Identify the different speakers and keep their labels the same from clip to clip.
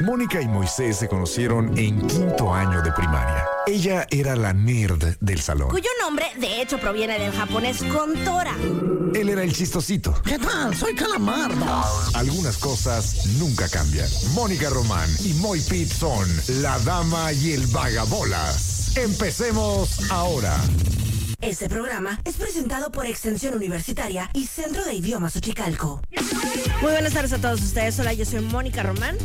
Speaker 1: Mónica y Moisés se conocieron en quinto año de primaria. Ella era la nerd del salón.
Speaker 2: cuyo nombre de hecho proviene del japonés Contora.
Speaker 1: Él era el chistosito.
Speaker 3: ¿Qué tal? Soy Calamar.
Speaker 1: Algunas cosas nunca cambian. Mónica Román y Moy Pitt son la dama y el vagabolas. Empecemos ahora.
Speaker 4: Este programa es presentado por Extensión Universitaria y Centro de Idiomas Ochicalco.
Speaker 2: Muy buenas tardes a todos ustedes. Hola, yo soy Mónica Román.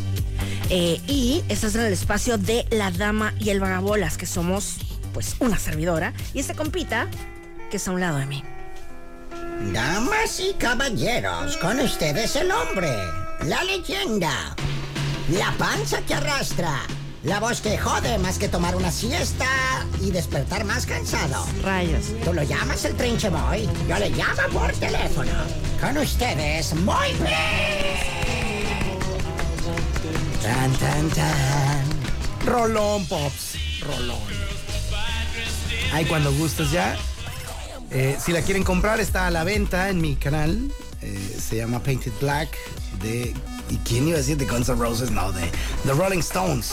Speaker 2: eh, y estás en el espacio de La Dama y el Vagabolas, que somos, pues, una servidora. Y este compita, que está a un lado de mí.
Speaker 3: Damas y caballeros, con ustedes el hombre, la leyenda, la panza que arrastra, la voz que jode más que tomar una siesta y despertar más cansado.
Speaker 2: Rayos.
Speaker 3: Tú lo llamas el trinche boy, yo le llamo por teléfono. Con ustedes, muy bien. Tan, tan, tan.
Speaker 5: Rolón Pops, rolón. Ahí cuando gustes ya. Eh, si la quieren comprar, está a la venta en mi canal. Eh, se llama Painted Black de. ¿Y quién iba a decir de Guns N' Roses? No, de The Rolling Stones.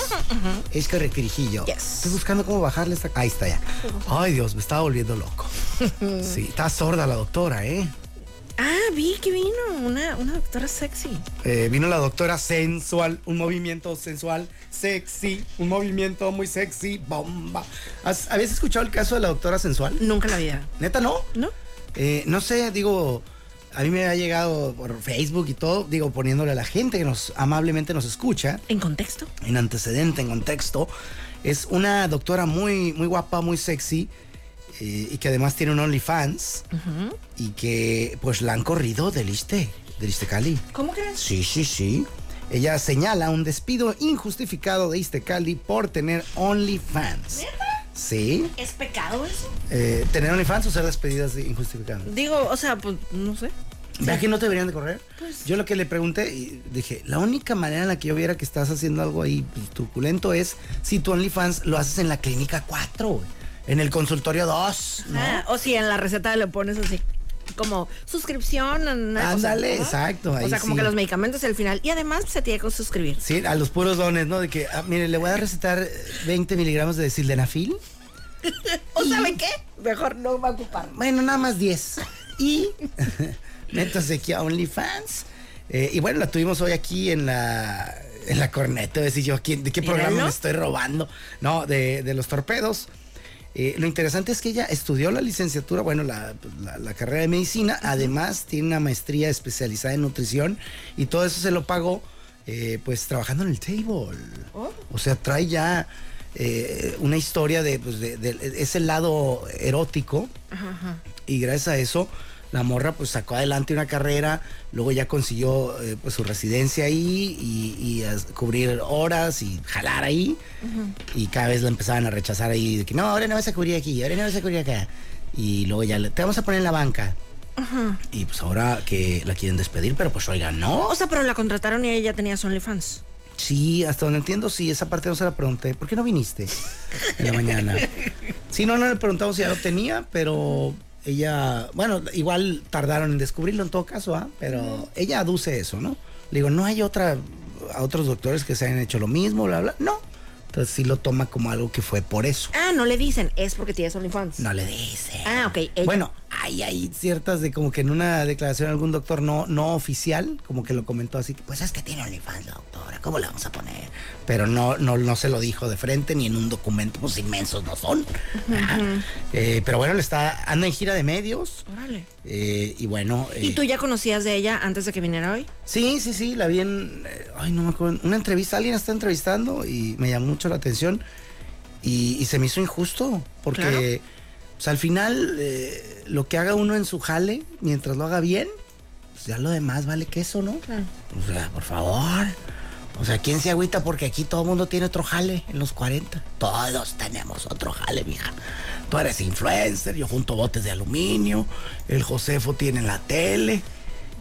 Speaker 5: Es que rectirijillo.
Speaker 2: Yes.
Speaker 5: Estoy buscando cómo bajarle esta. Ahí está ya. Ay, Dios, me estaba volviendo loco. Sí, está sorda la doctora, ¿eh?
Speaker 2: Ah, vi que vino una, una doctora sexy.
Speaker 5: Eh, vino la doctora sensual, un movimiento sensual, sexy, un movimiento muy sexy, bomba. ¿Has- ¿Habías escuchado el caso de la doctora sensual?
Speaker 2: Nunca en la vida.
Speaker 5: ¿Neta no?
Speaker 2: ¿No?
Speaker 5: Eh, no sé, digo, a mí me ha llegado por Facebook y todo, digo, poniéndole a la gente que nos amablemente nos escucha,
Speaker 2: ¿En contexto?
Speaker 5: en antecedente, en contexto, es una doctora muy, muy guapa, muy sexy, eh, y que además tiene un OnlyFans, y que pues la han corrido del ISTE, del ISTE Cali.
Speaker 2: ¿Cómo crees?
Speaker 5: Sí, sí, sí. Ella señala un despido injustificado de Istecali por tener OnlyFans. Sí.
Speaker 2: ¿Es pecado eso?
Speaker 5: Eh, tener OnlyFans o ser despedidas de- injustificadas.
Speaker 2: Digo, o sea, pues, no sé.
Speaker 5: ¿Verdad que no te deberían de correr? Yo lo que le pregunté y dije, la única manera en la que yo viera que estás haciendo algo ahí truculento es si tu OnlyFans lo haces en la clínica 4, güey, en el consultorio 2, ¿no?
Speaker 2: Ah, o si en la receta le pones así como suscripción. una cosa,
Speaker 5: Ándale,
Speaker 2: ¿no?
Speaker 5: exacto,
Speaker 2: O
Speaker 5: ahí
Speaker 2: sea, como
Speaker 5: sí.
Speaker 2: que los medicamentos al final. Y además se tiene que suscribir.
Speaker 5: Sí, a los puros dones, ¿no? De que, ah, mire, le voy a recetar eh, 20 miligramos de sildenafil.
Speaker 2: ¿O sabe qué? Mejor no va a ocupar.
Speaker 5: Bueno, nada más 10. Y métase aquí a OnlyFans. Eh, y bueno, la tuvimos hoy aquí en la, en la corneta. Voy a Decir yo, ¿quién- ¿de qué
Speaker 2: Míralo.
Speaker 5: programa me estoy robando? No, de, de los torpedos. Eh, lo interesante es que ella estudió la licenciatura, bueno, la, la- la carrera de medicina. Además, tiene una maestría especializada en nutrición. Y todo eso se lo pagó, eh, pues, trabajando en el table. O sea, trae ya eh, una historia de, pues, de- de ese lado erótico y gracias a eso la morra pues sacó adelante una carrera, luego ya consiguió eh, pues su residencia ahí y, y as- cubrir horas y jalar ahí y cada vez la empezaban a rechazar ahí de que no, ahora no vas a cubrir aquí, ahora no vas a cubrir acá y luego ya le- te vamos a poner en la banca y pues ahora que la quieren despedir pero pues oiga no,
Speaker 2: O sea, pero la contrataron y ella ya tenía su OnlyFans.
Speaker 5: Sí, hasta donde entiendo, sí, esa parte no se la pregunté. ¿Por qué no viniste en la mañana? Sí, no, no le preguntamos si ya lo tenía, pero ella, bueno, igual tardaron en descubrirlo en todo caso, ¿ah? pero ella aduce eso, ¿no? Le digo, no hay otra, a otros doctores que se hayan hecho lo mismo, bla, bla. No. Entonces sí lo toma como algo que fue por eso.
Speaker 2: Ah, no le dicen, es porque tienes OnlyFans.
Speaker 5: No le dice.
Speaker 2: Ah, ok, ella.
Speaker 5: Bueno, hay, hay ciertas de como que en una declaración algún doctor no, no oficial, como que lo comentó así, pues es que tiene OnlyFans la doctora, ¿cómo la vamos a poner? Pero no, no, no se lo dijo de frente ni en un documento, pues inmensos no son. ¿verdad? Eh, pero bueno, le está, anda en gira de medios.
Speaker 2: Órale.
Speaker 5: eh, y bueno.
Speaker 2: ¿Y
Speaker 5: eh,
Speaker 2: tú ya conocías de ella antes de que viniera hoy?
Speaker 5: Sí, sí, sí, la vi en. eh, Ay, no me acuerdo. Una entrevista, alguien la está entrevistando y me llamó mucho la atención. Y, y se me hizo injusto, porque
Speaker 2: Claro.
Speaker 5: pues, al final, eh, lo que haga uno en su jale, mientras lo haga bien, pues ya lo demás vale queso, ¿no?
Speaker 2: Claro.
Speaker 5: O sea, Pues, eh, por favor. O sea, ¿quién se agüita? Porque aquí todo el mundo tiene otro jale en los 40. Todos tenemos otro jale, mija. Tú eres influencer, yo junto botes de aluminio, el Josefo tiene la tele.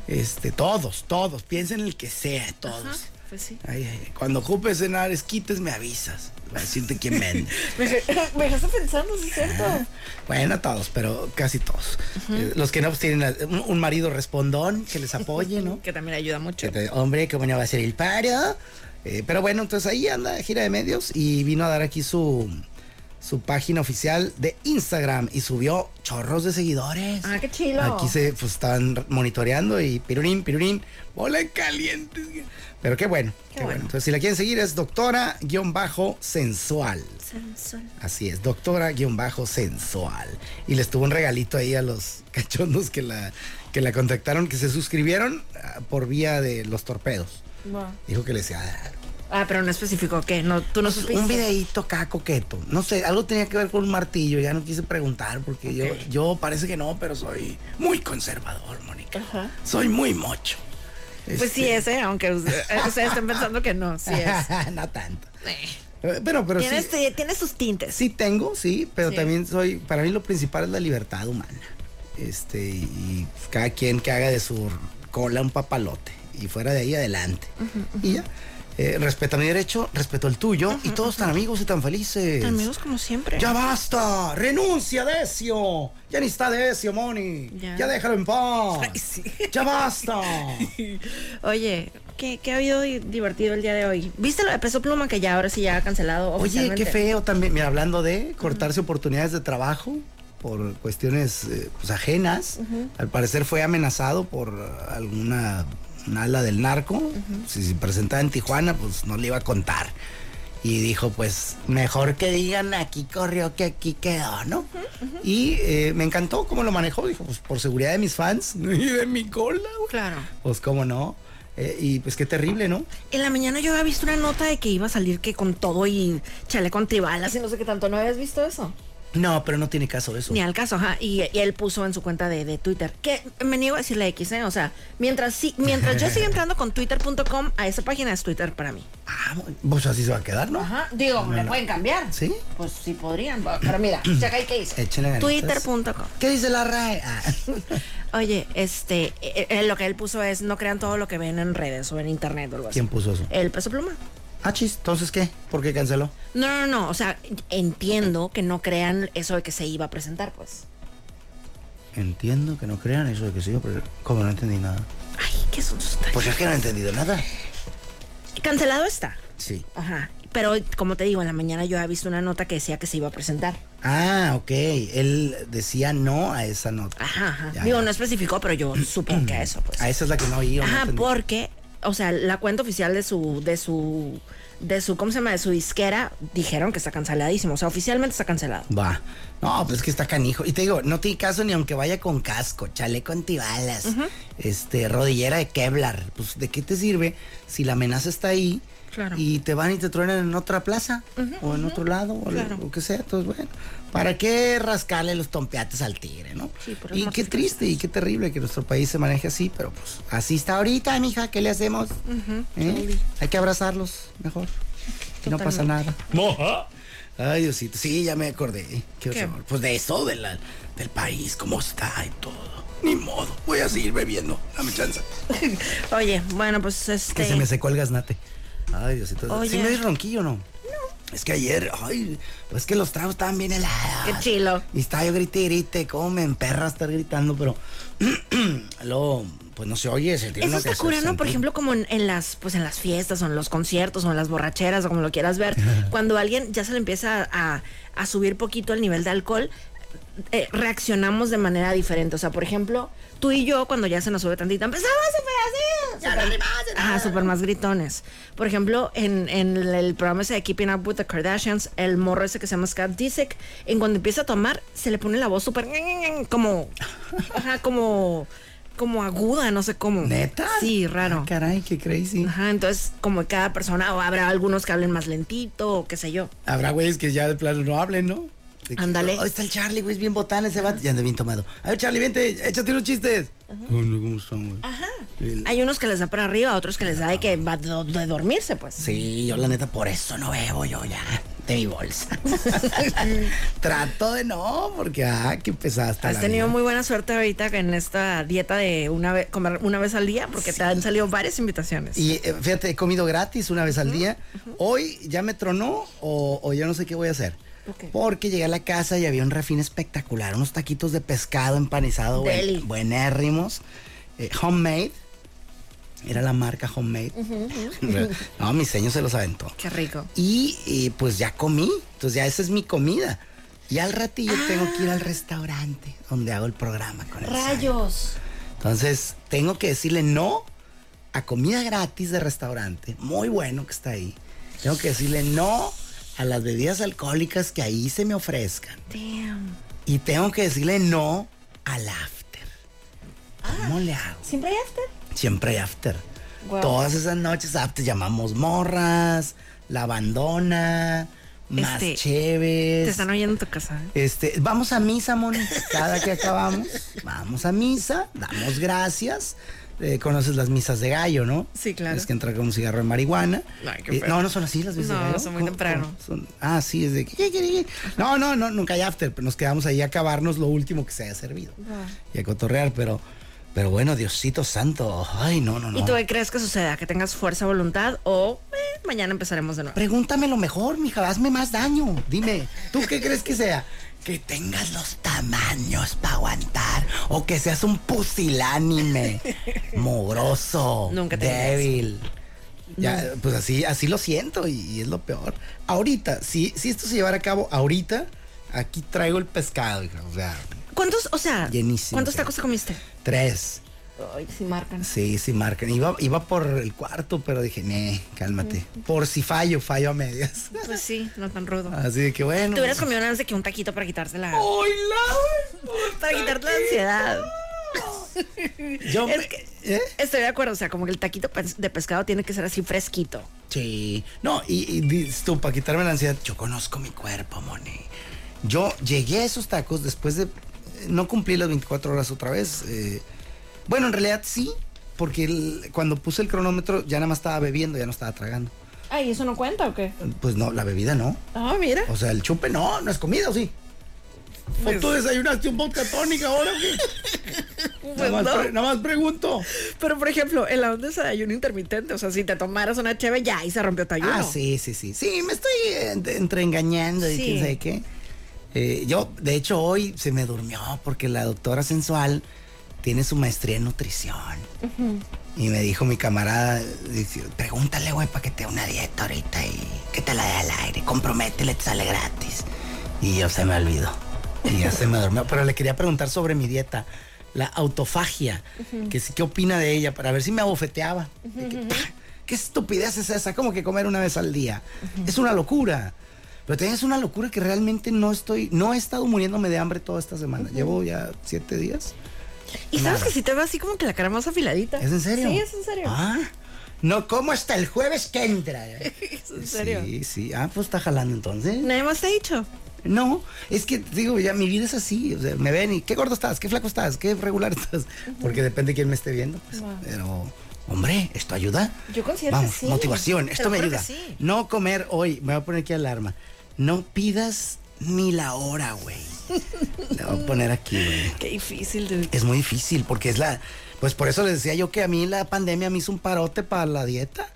Speaker 5: Este, todos, todos. Piensa en el que sea, todos.
Speaker 2: Ajá, pues sí.
Speaker 5: Ay, ay, ay. Cuando ocupes cenar, quites, me avisas. Para decirte quién vende.
Speaker 2: Me dejaste pensando, sí es cierto.
Speaker 5: Bueno, todos, pero casi todos. Eh, Los que no pues, tienen a- un, un marido respondón que les apoye, ¿no?
Speaker 2: Que también ayuda mucho.
Speaker 5: Que te- hombre, ¿cómo no va a ser el paro? Eh, pero bueno, entonces ahí anda gira de medios y vino a dar aquí su, su página oficial de Instagram y subió chorros de seguidores.
Speaker 2: Ah, qué chilo.
Speaker 5: Aquí se pues, estaban monitoreando y pirurín, pirurín, bola en caliente. Pero qué bueno, qué, bueno.
Speaker 2: bueno.
Speaker 5: Entonces, si la quieren seguir es doctora-sensual.
Speaker 2: Sensual.
Speaker 5: Así es, doctora-sensual. Y les tuvo un regalito ahí a los cachondos que la, que la contactaron, que se suscribieron ah, por vía de los torpedos. Dijo que les iba a dar algo.
Speaker 2: Ah, pero no especificó qué, no, tú no supiste.
Speaker 5: Pues, Un videíto acá coqueto. No sé, algo tenía que ver con un martillo. Ya no quise preguntar porque yo, yo parece que no, pero soy muy conservador, Mónica.
Speaker 2: Ajá.
Speaker 5: Soy muy mocho. Este,
Speaker 2: Pues sí es, ¿eh? aunque ustedes, ustedes estén pensando que no, sí es.
Speaker 5: no tanto. Eh, Pero, pero
Speaker 2: Tiene,
Speaker 5: sí,
Speaker 2: este- tiene sus tintes.
Speaker 5: sí tengo, sí, pero
Speaker 2: Sí.
Speaker 5: también soy, para mí lo principal es la libertad humana. Este, y pues, cada quien que haga de su cola un papalote y fuera de ahí adelante. Y ya. Eh, respeto a mi derecho, respeto el tuyo y todos tan amigos y tan felices.
Speaker 2: Amigos como siempre.
Speaker 5: ¡Ya basta! ¡Renuncia, Decio! ¡Ya ni está Decio, Moni! ¡Ya,
Speaker 2: Ya.
Speaker 5: déjalo en paz!
Speaker 2: Ay, sí.
Speaker 5: ¡Ya basta!
Speaker 2: Oye, ¿qué, qué ha habido di- divertido el día de hoy? ¿Viste lo de peso pluma que ya ahora sí ya ha cancelado
Speaker 5: Oye,
Speaker 2: oficialmente?
Speaker 5: qué feo también. Mira, hablando de cortarse oportunidades de trabajo por cuestiones eh, pues, ajenas. Al parecer fue amenazado por eh, alguna una ala del narco. Si se presentaba en Tijuana, pues no le iba a contar. Y dijo, pues mejor que digan aquí corrió que aquí quedó, ¿no? Y eh, me encantó cómo lo manejó. Dijo, pues por seguridad de mis fans y de mi cola, güey.
Speaker 2: Claro.
Speaker 5: Pues cómo no. Eh, y pues qué terrible, ¿no?
Speaker 2: En la mañana yo había visto una nota de que iba a salir que con todo y chaleco antibalas y no sé qué tanto. ¿No habías visto eso?
Speaker 5: No, pero no tiene caso eso.
Speaker 2: Ni al caso, ajá. Y, y él puso en su cuenta de, de Twitter. Que me niego a decirle X, ¿eh? O sea, mientras, sí, mientras yo siga entrando con twitter.com, a esa página es Twitter para mí.
Speaker 5: Ah, pues así se va a quedar, ¿no?
Speaker 2: Ajá. Digo, ¿me pueden cambiar?
Speaker 5: ¿Sí?
Speaker 2: Pues sí podrían. Pero mira, checa ahí qué dice.
Speaker 5: Échenle ganitas.
Speaker 2: Twitter.com.
Speaker 5: ¿Qué dice la RAE? Ah.
Speaker 2: Oye, este, eh, eh, lo que él puso es no crean todo lo que ven en redes o en internet o algo así.
Speaker 5: ¿Quién puso eso?
Speaker 2: El peso pluma.
Speaker 5: Ah, chis, entonces qué? ¿Por qué canceló?
Speaker 2: No, no, no. O sea, entiendo que no crean eso de que se iba a presentar, pues.
Speaker 5: Entiendo que no crean eso de que sigo, pero como no entendí nada.
Speaker 2: Ay, qué susto.
Speaker 5: Pues es que no he entendido nada.
Speaker 2: Cancelado está.
Speaker 5: Sí.
Speaker 2: Ajá. Pero como te digo, en la mañana yo había visto una nota que decía que se iba a presentar.
Speaker 5: Ah, ok. Él decía no a esa nota.
Speaker 2: Ajá, ajá.
Speaker 5: Ya,
Speaker 2: digo,
Speaker 5: ya.
Speaker 2: no especificó, pero yo supe que a eso, pues.
Speaker 5: A esa es la que no oí. o no
Speaker 2: Ajá,
Speaker 5: entendí.
Speaker 2: porque, o sea, la cuenta oficial de su, de su, de su, ¿cómo se llama? De su disquera, dijeron que está canceladísimo. O sea, oficialmente está cancelado.
Speaker 5: Va. No, pues es que está canijo. Y te digo, no tiene caso ni aunque vaya con casco, chaleco antibalas, este, rodillera de Kevlar. Pues, ¿de qué te sirve si la amenaza está ahí?
Speaker 2: Claro.
Speaker 5: Y te van y te truenan en otra plaza o en otro lado o,
Speaker 2: Claro.
Speaker 5: lo que sea. Entonces, bueno, ¿para qué rascarle los tompeates al tigre, no?
Speaker 2: Sí, por
Speaker 5: y
Speaker 2: amor
Speaker 5: qué
Speaker 2: de
Speaker 5: triste y qué terrible que nuestro país se maneje así, pero pues así está ahorita, mija, ¿qué le hacemos? ¿Eh? Hay que abrazarlos mejor. Y no pasa nada. ¿ah? Ay, Diosito. Sí, ya me acordé. Qué
Speaker 2: ¿Qué?
Speaker 5: horror. Pues de eso, de la- del país, cómo está y todo. Ni modo. Voy a seguir bebiendo. Dame chance.
Speaker 2: Oye, bueno, pues este.
Speaker 5: Que se me secó el gaznate. Ay, Diosito.
Speaker 2: Oye.
Speaker 5: ¿Sí me ves ronquillo o no? No. Es que ayer, ay, pues que los tragos estaban bien helados.
Speaker 2: Qué chilo.
Speaker 5: Y estaba yo grite y grite, cómo me emperra estar gritando, pero luego, pues no se oye, se tiene
Speaker 2: Eso
Speaker 5: uno
Speaker 2: está
Speaker 5: que se-
Speaker 2: cura, ¿no? Por
Speaker 5: sentir.
Speaker 2: ejemplo, como en, en las, pues en las fiestas, o en los conciertos, o en las borracheras, o como lo quieras ver, cuando alguien ya se le empieza a, a subir poquito el nivel de alcohol, eh, reaccionamos de manera diferente. O sea, por ejemplo, tú y yo, cuando ya se nos sube tantita, empezamos súper así. súper- Ajá, súper más gritones. Por ejemplo, en, en el, el programa ese de Keeping Up with the Kardashians, el morro ese que se llama Scott Disick, en cuando empieza a tomar, se le pone la voz súper como. Ajá, como. Como aguda, no sé cómo.
Speaker 5: ¿Neta?
Speaker 2: Sí, raro.
Speaker 5: Ah, caray, qué crazy.
Speaker 2: Ajá, entonces, como cada persona, o habrá algunos que hablen más lentito, o qué sé yo.
Speaker 5: Habrá güeyes que ya de plano no hablen, ¿no? De que,
Speaker 2: Ándale.
Speaker 5: Ahí está el Charlie, güey, es bien botán ese vato. Ya anda bien tomado. A ver, Charlie, vente, échate unos chistes. Oh, no, ¿cómo están, güey? El-
Speaker 2: Hay unos que les da para arriba, otros que les da de que va de, de dormirse, pues.
Speaker 5: Sí, yo la neta por eso no bebo yo ya de mi bolsa. Trato de no, porque ah, qué pesada está
Speaker 2: Has
Speaker 5: la
Speaker 2: tenido
Speaker 5: vida.
Speaker 2: muy buena suerte ahorita en esta dieta de una vez, comer una vez al día, porque te han salido varias invitaciones.
Speaker 5: Y eh, fíjate, he comido gratis una vez al día. Hoy ya me tronó o, o yo no sé qué voy a hacer.
Speaker 2: Ok.
Speaker 5: Porque llegué a la casa y había un refín espectacular, unos taquitos de pescado empanizado, buen-
Speaker 2: Deli.
Speaker 5: buenérrimos, eh, homemade. Era la marca Homemade. no, mis seños se los aventó.
Speaker 2: Qué rico.
Speaker 5: Y eh, pues ya comí, entonces ya esa es mi comida. Y al ratillo tengo que ir al restaurante donde hago el programa con el Sayo.
Speaker 2: Rayos.
Speaker 5: Entonces tengo que decirle no a comida gratis de restaurante, muy bueno que está ahí. Tengo que decirle no a las bebidas alcohólicas que ahí se me ofrezcan.
Speaker 2: Damn.
Speaker 5: Y tengo que decirle no al after. ¿Cómo le hago?
Speaker 2: ¿Siempre hay after?
Speaker 5: Siempre hay after.
Speaker 2: Guau.
Speaker 5: Todas esas noches after llamamos morras, la abandona, más
Speaker 2: Este,
Speaker 5: chéves.
Speaker 2: Te están oyendo en tu casa. ¿eh?
Speaker 5: Este, vamos a misa, Moni. Cada que acabamos, vamos a misa, damos gracias. Eh, conoces las misas de gallo, ¿no?
Speaker 2: Sí, claro.
Speaker 5: Tienes que entrar con un cigarro de marihuana.
Speaker 2: Ay, qué
Speaker 5: Eh,
Speaker 2: feo.
Speaker 5: no, no son así las misas de
Speaker 2: No,
Speaker 5: gallo.
Speaker 2: son muy
Speaker 5: ¿Cómo-
Speaker 2: temprano.
Speaker 5: cómo son? Ah, sí, es de que. No, no, no, nunca hay after, pero nos quedamos ahí a acabarnos lo último que se haya servido.
Speaker 2: Ah.
Speaker 5: Y a cotorrear, pero, pero bueno, Diosito santo. Ay, no, no, no.
Speaker 2: ¿Y tú qué crees que suceda? ¿Que tengas fuerza, voluntad o eh, mañana empezaremos de nuevo?
Speaker 5: Pregúntame lo mejor, mija, hazme más daño. Dime, ¿tú qué crees que sea? Que tengas los tamaños para aguantar o que seas un pusilánime, moroso,
Speaker 2: Nunca te digas.
Speaker 5: débil. Ya, pues así, así lo siento y, y es lo peor. Ahorita, si, si esto se llevara a cabo ahorita, aquí traigo el pescado, hija, o sea,
Speaker 2: ¿Cuántos, o sea,
Speaker 5: Llenísimo,
Speaker 2: cuántos
Speaker 5: creo.
Speaker 2: tacos te comiste?
Speaker 5: tres.
Speaker 2: Ay, sí marcan.
Speaker 5: Sí, sí, marcan. Iba, iba por el cuarto, pero dije, nee, cálmate. Por si fallo, fallo a medias.
Speaker 2: Pues sí, no tan rudo.
Speaker 5: Así de que bueno.
Speaker 2: Te hubieras comido nada más de que un taquito para quitarte la...
Speaker 5: Oh,
Speaker 2: para quitarte la ansiedad.
Speaker 5: Yo
Speaker 2: Es
Speaker 5: me-
Speaker 2: que-
Speaker 5: ¿Eh?
Speaker 2: Estoy de acuerdo, o sea, como que el taquito pes- de pescado tiene que ser así fresquito.
Speaker 5: Sí. No, y, y dices tú, para quitarme la ansiedad, yo conozco mi cuerpo, Moni. Yo llegué a esos tacos después de eh, no cumplir las 24 horas otra vez. eh, bueno, en realidad sí, porque el- cuando puse el cronómetro ya nada más estaba bebiendo, ya no estaba tragando.
Speaker 2: Ay, ¿eso no cuenta o qué?
Speaker 5: Pues no, la bebida no.
Speaker 2: Ah, mira.
Speaker 5: O sea, el chupe no, no es comida, ¿o sí? ¿O Pues, tú desayunaste un vodka tónica ahora? o qué?
Speaker 2: Pues
Speaker 5: nada, más
Speaker 2: no.
Speaker 5: pre- nada más pregunto.
Speaker 2: Pero, por ejemplo, en la onda de desayuno intermitente, o sea, si te tomaras una cheve, ya, ahí se rompió tu ayuno.
Speaker 5: Ah, sí, sí, sí. Sí, me estoy eh, entre engañando y
Speaker 2: Sí.
Speaker 5: quién sabe qué. Eh, yo, de hecho, hoy se me durmió porque la doctora sensual tiene su maestría en nutrición. Y me dijo mi camarada, dice, pregúntale, güey, para que te dé una dieta ahorita y que te la dé al aire. Comprométele, te sale gratis. Y yo se me olvidó. Y ya se me durmió. Pero le quería preguntar sobre mi dieta, la autofagia, que sí, ¿qué opina de ella? Para ver si me abofeteaba. De que, ¡pah! ¿Qué estupidez es esa? Como que comer una vez al día. Es una locura. Pero también es una locura que realmente no estoy, no he estado muriéndome de hambre toda esta semana. Llevo ya siete días.
Speaker 2: Y sabes
Speaker 5: Nada.
Speaker 2: que si te ve así como que la cara más afiladita.
Speaker 5: ¿Es en serio?
Speaker 2: Sí, es en serio.
Speaker 5: Ah, no como hasta el jueves que entra. ¿eh?
Speaker 2: es en serio.
Speaker 5: Sí, sí. Ah, pues está jalando entonces.
Speaker 2: Nadie más te ha dicho.
Speaker 5: No, es que digo, ya mi vida es así. O sea, me ven y qué gordo estás, qué flaco estás, qué regular estás. Porque depende de quién me esté viendo. pues. Pero, hombre, esto ayuda.
Speaker 2: Yo considero
Speaker 5: Vamos,
Speaker 2: que sí.
Speaker 5: motivación,
Speaker 2: Te
Speaker 5: esto
Speaker 2: lo
Speaker 5: me
Speaker 2: juro que
Speaker 5: ayuda.
Speaker 2: sí.
Speaker 5: No comer hoy, me voy a poner aquí alarma. No pidas ni la hora, güey. Le voy a poner aquí, güey.
Speaker 2: Qué difícil. De...
Speaker 5: Es muy difícil porque es la. Pues por eso les decía yo que a mí la pandemia me hizo un parote para la dieta.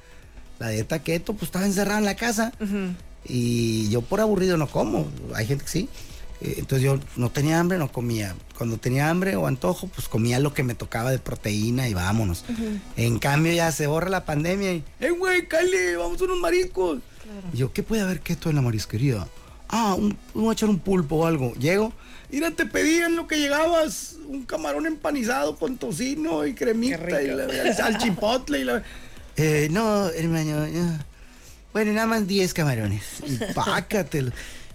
Speaker 5: La dieta keto, pues estaba encerrada en la casa. Y yo por aburrido no como. Hay gente que sí. Eh, Entonces yo no tenía hambre, no comía. Cuando tenía hambre o antojo, pues comía lo que me tocaba de proteína y vámonos. En cambio ya se borra la pandemia y, ¡eh, güey, Cali, vamos a unos mariscos! Y yo, ¿qué puede haber keto en la marisquería? Ah, un, voy a echar un pulpo o algo. Llego, mira, te pedían lo que llegabas, un camarón empanizado con tocino y cremita y la, el salchipotle y la... Eh, no, hermano, no. Bueno, nada más 10 camarones. Y pácatelo.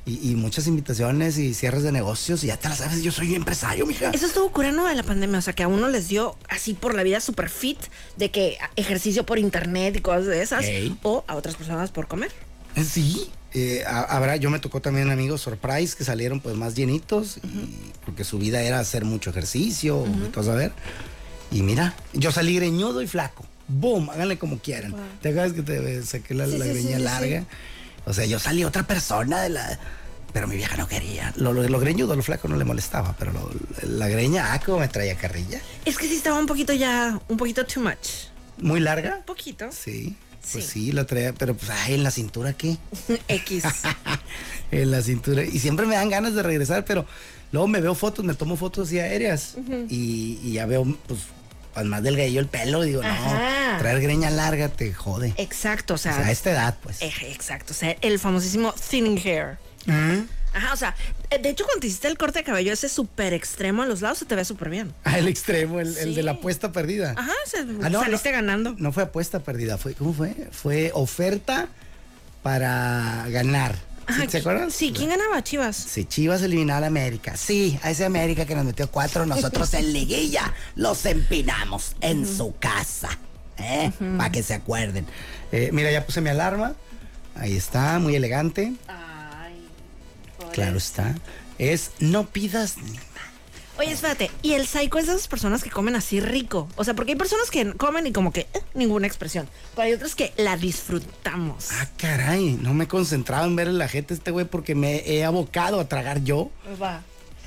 Speaker 5: Y, y muchas invitaciones y cierres de negocios. Y ya te las sabes, yo soy empresario, mija.
Speaker 2: Eso estuvo curando de la pandemia, o sea, que a uno les dio así por la vida super fit, de que ejercicio por internet y cosas de esas,
Speaker 5: Ey.
Speaker 2: o a otras personas por comer.
Speaker 5: Eh, Sí. eh, ha- habrá, yo me tocó también amigos surprise que salieron pues más llenitos. y- porque su vida era hacer mucho ejercicio. Vas a ver. Y mira, yo salí greñudo y flaco. ¡Boom! Háganle como quieran. ¿Te acuerdas que te eh, saqué la, la greña larga? O sea, yo salí otra persona de la. Pero mi vieja no quería. Lo, lo, lo greñudo, lo flaco no le molestaba, pero lo- la greña, ah, como me traía carrilla.
Speaker 2: Es que sí estaba un poquito ya, un poquito too much.
Speaker 5: Muy larga.
Speaker 2: Un poquito.
Speaker 5: Sí. Pues
Speaker 2: Sí.
Speaker 5: sí, la traía, pero pues, ay, en la cintura, ¿qué?
Speaker 2: X.
Speaker 5: en la cintura. Y siempre me dan ganas de regresar, pero luego me veo fotos, me tomo fotos así aéreas. y, y ya veo, pues, más delgadillo el pelo, digo,
Speaker 2: Ajá.
Speaker 5: no, traer greña larga te jode.
Speaker 2: Exacto, o sea.
Speaker 5: O sea, a esta edad, pues.
Speaker 2: eh, exacto, o sea, el famosísimo thinning hair.
Speaker 5: Mm.
Speaker 2: Ajá, o sea, eh, de hecho cuando te hiciste el corte de cabello ese súper extremo en los lados se te ve súper bien.
Speaker 5: Al extremo, el, el de la
Speaker 2: Sí.
Speaker 5: apuesta perdida.
Speaker 2: Ajá, o sea,
Speaker 5: Ah, no,
Speaker 2: saliste
Speaker 5: no.
Speaker 2: ganando.
Speaker 5: No fue apuesta perdida, fue, ¿cómo fue? Fue oferta para ganar.
Speaker 2: Ajá,
Speaker 5: ¿Sí, ¿Se acuerdan?
Speaker 2: Sí, ¿quién ganaba? Chivas.
Speaker 5: Si Chivas eliminó a la América. Sí, a ese América que nos metió cuatro, nosotros en liguilla los empinamos en su casa. ¿eh? Para que se acuerden. Eh, mira, ya puse mi alarma. Ahí está, muy elegante. Claro está. Es no pidas ni.
Speaker 2: Oye, espérate, y el psycho es de esas personas que comen así rico. O sea, porque hay personas que comen y como que eh, ninguna expresión. Pero hay otras que la disfrutamos.
Speaker 5: Ah, caray, no me he concentrado en ver el ajete este güey porque me he abocado a tragar yo.
Speaker 2: Va.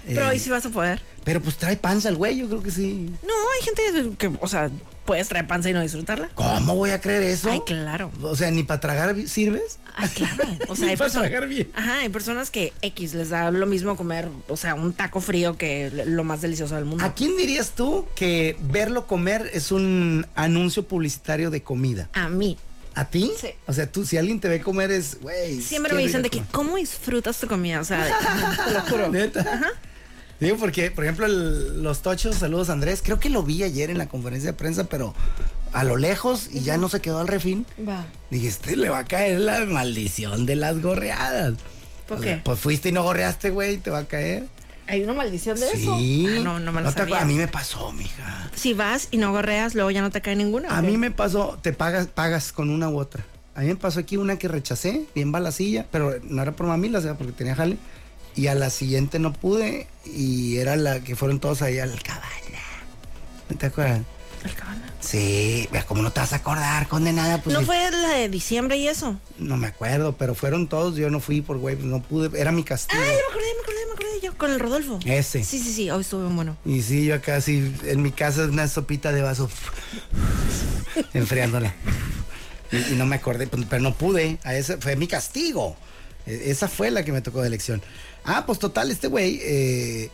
Speaker 2: Pero
Speaker 5: Eh.
Speaker 2: hoy sí vas a poder.
Speaker 5: Pero pues trae panza el güey, yo creo que sí.
Speaker 2: No, hay gente que, o sea, puedes traer panza y no disfrutarla.
Speaker 5: ¿Cómo voy a creer eso?
Speaker 2: Ay, claro.
Speaker 5: O sea, ni para tragar vi- sirves.
Speaker 2: Ay, claro.
Speaker 3: Pues
Speaker 2: O sea,
Speaker 5: Ni
Speaker 2: hay
Speaker 5: para
Speaker 2: personas.
Speaker 5: tragar bien.
Speaker 2: Ajá, hay personas que X les da lo mismo comer, o sea, un taco frío que lo más delicioso del mundo.
Speaker 5: ¿A quién dirías tú que verlo comer es un anuncio publicitario de comida?
Speaker 2: A mí.
Speaker 5: ¿A ti?
Speaker 2: Sí.
Speaker 5: O sea, tú, si alguien te ve comer es, güey.
Speaker 2: Siempre
Speaker 5: qué
Speaker 2: me dicen de
Speaker 5: rico
Speaker 2: que,
Speaker 5: comer".
Speaker 2: ¿cómo disfrutas tu comida? O sea, de- te lo juro.
Speaker 5: Neta. Digo, porque, por ejemplo, el- los tochos, saludos Andrés, creo que lo vi ayer en la conferencia de prensa, pero a lo lejos y ya no se quedó al refín.
Speaker 2: Va.
Speaker 5: Dije, este le va a caer la maldición de las gorreadas.
Speaker 2: ¿Por
Speaker 5: O
Speaker 2: qué?
Speaker 5: sea, pues fuiste y no gorreaste, güey, te va a caer.
Speaker 2: ¿Hay una maldición de eso?
Speaker 5: Sí.
Speaker 2: Ah, no, no me lo
Speaker 5: te acuerdas?
Speaker 2: sabía.
Speaker 5: A mí me pasó, mija.
Speaker 2: Si vas y no gorreas, luego ya no te cae ninguna.
Speaker 5: A
Speaker 2: ¿o qué?
Speaker 5: mí me pasó, te pagas, pagas con una u otra. A mí me pasó aquí una que rechacé, bien balacilla, pero no era por mamila, o sea, porque tenía jale. Y a la siguiente no pude, y era la que fueron todos ahí al cabana. ¿No te acuerdas?
Speaker 2: Ay, cabrón.
Speaker 5: Sí, vea, como no te vas a acordar, condenada, pues.
Speaker 2: ¿No
Speaker 5: sí.
Speaker 2: fue la de diciembre y eso?
Speaker 5: No me acuerdo, pero fueron todos, yo no fui por güey, pues no pude, era mi castigo.
Speaker 2: Ay, me acordé, me acordé, me acordé yo. Con el Rodolfo.
Speaker 5: Ese.
Speaker 2: Sí, sí, sí. Hoy estuvo bien bueno.
Speaker 5: Y sí, yo acá sí, en mi casa una sopita de vaso, enfriándola. Y, y no me acordé, pues, pero no pude. A ese fue mi castigo. E- Esa fue la que me tocó de elección. Ah, pues total, este güey eh,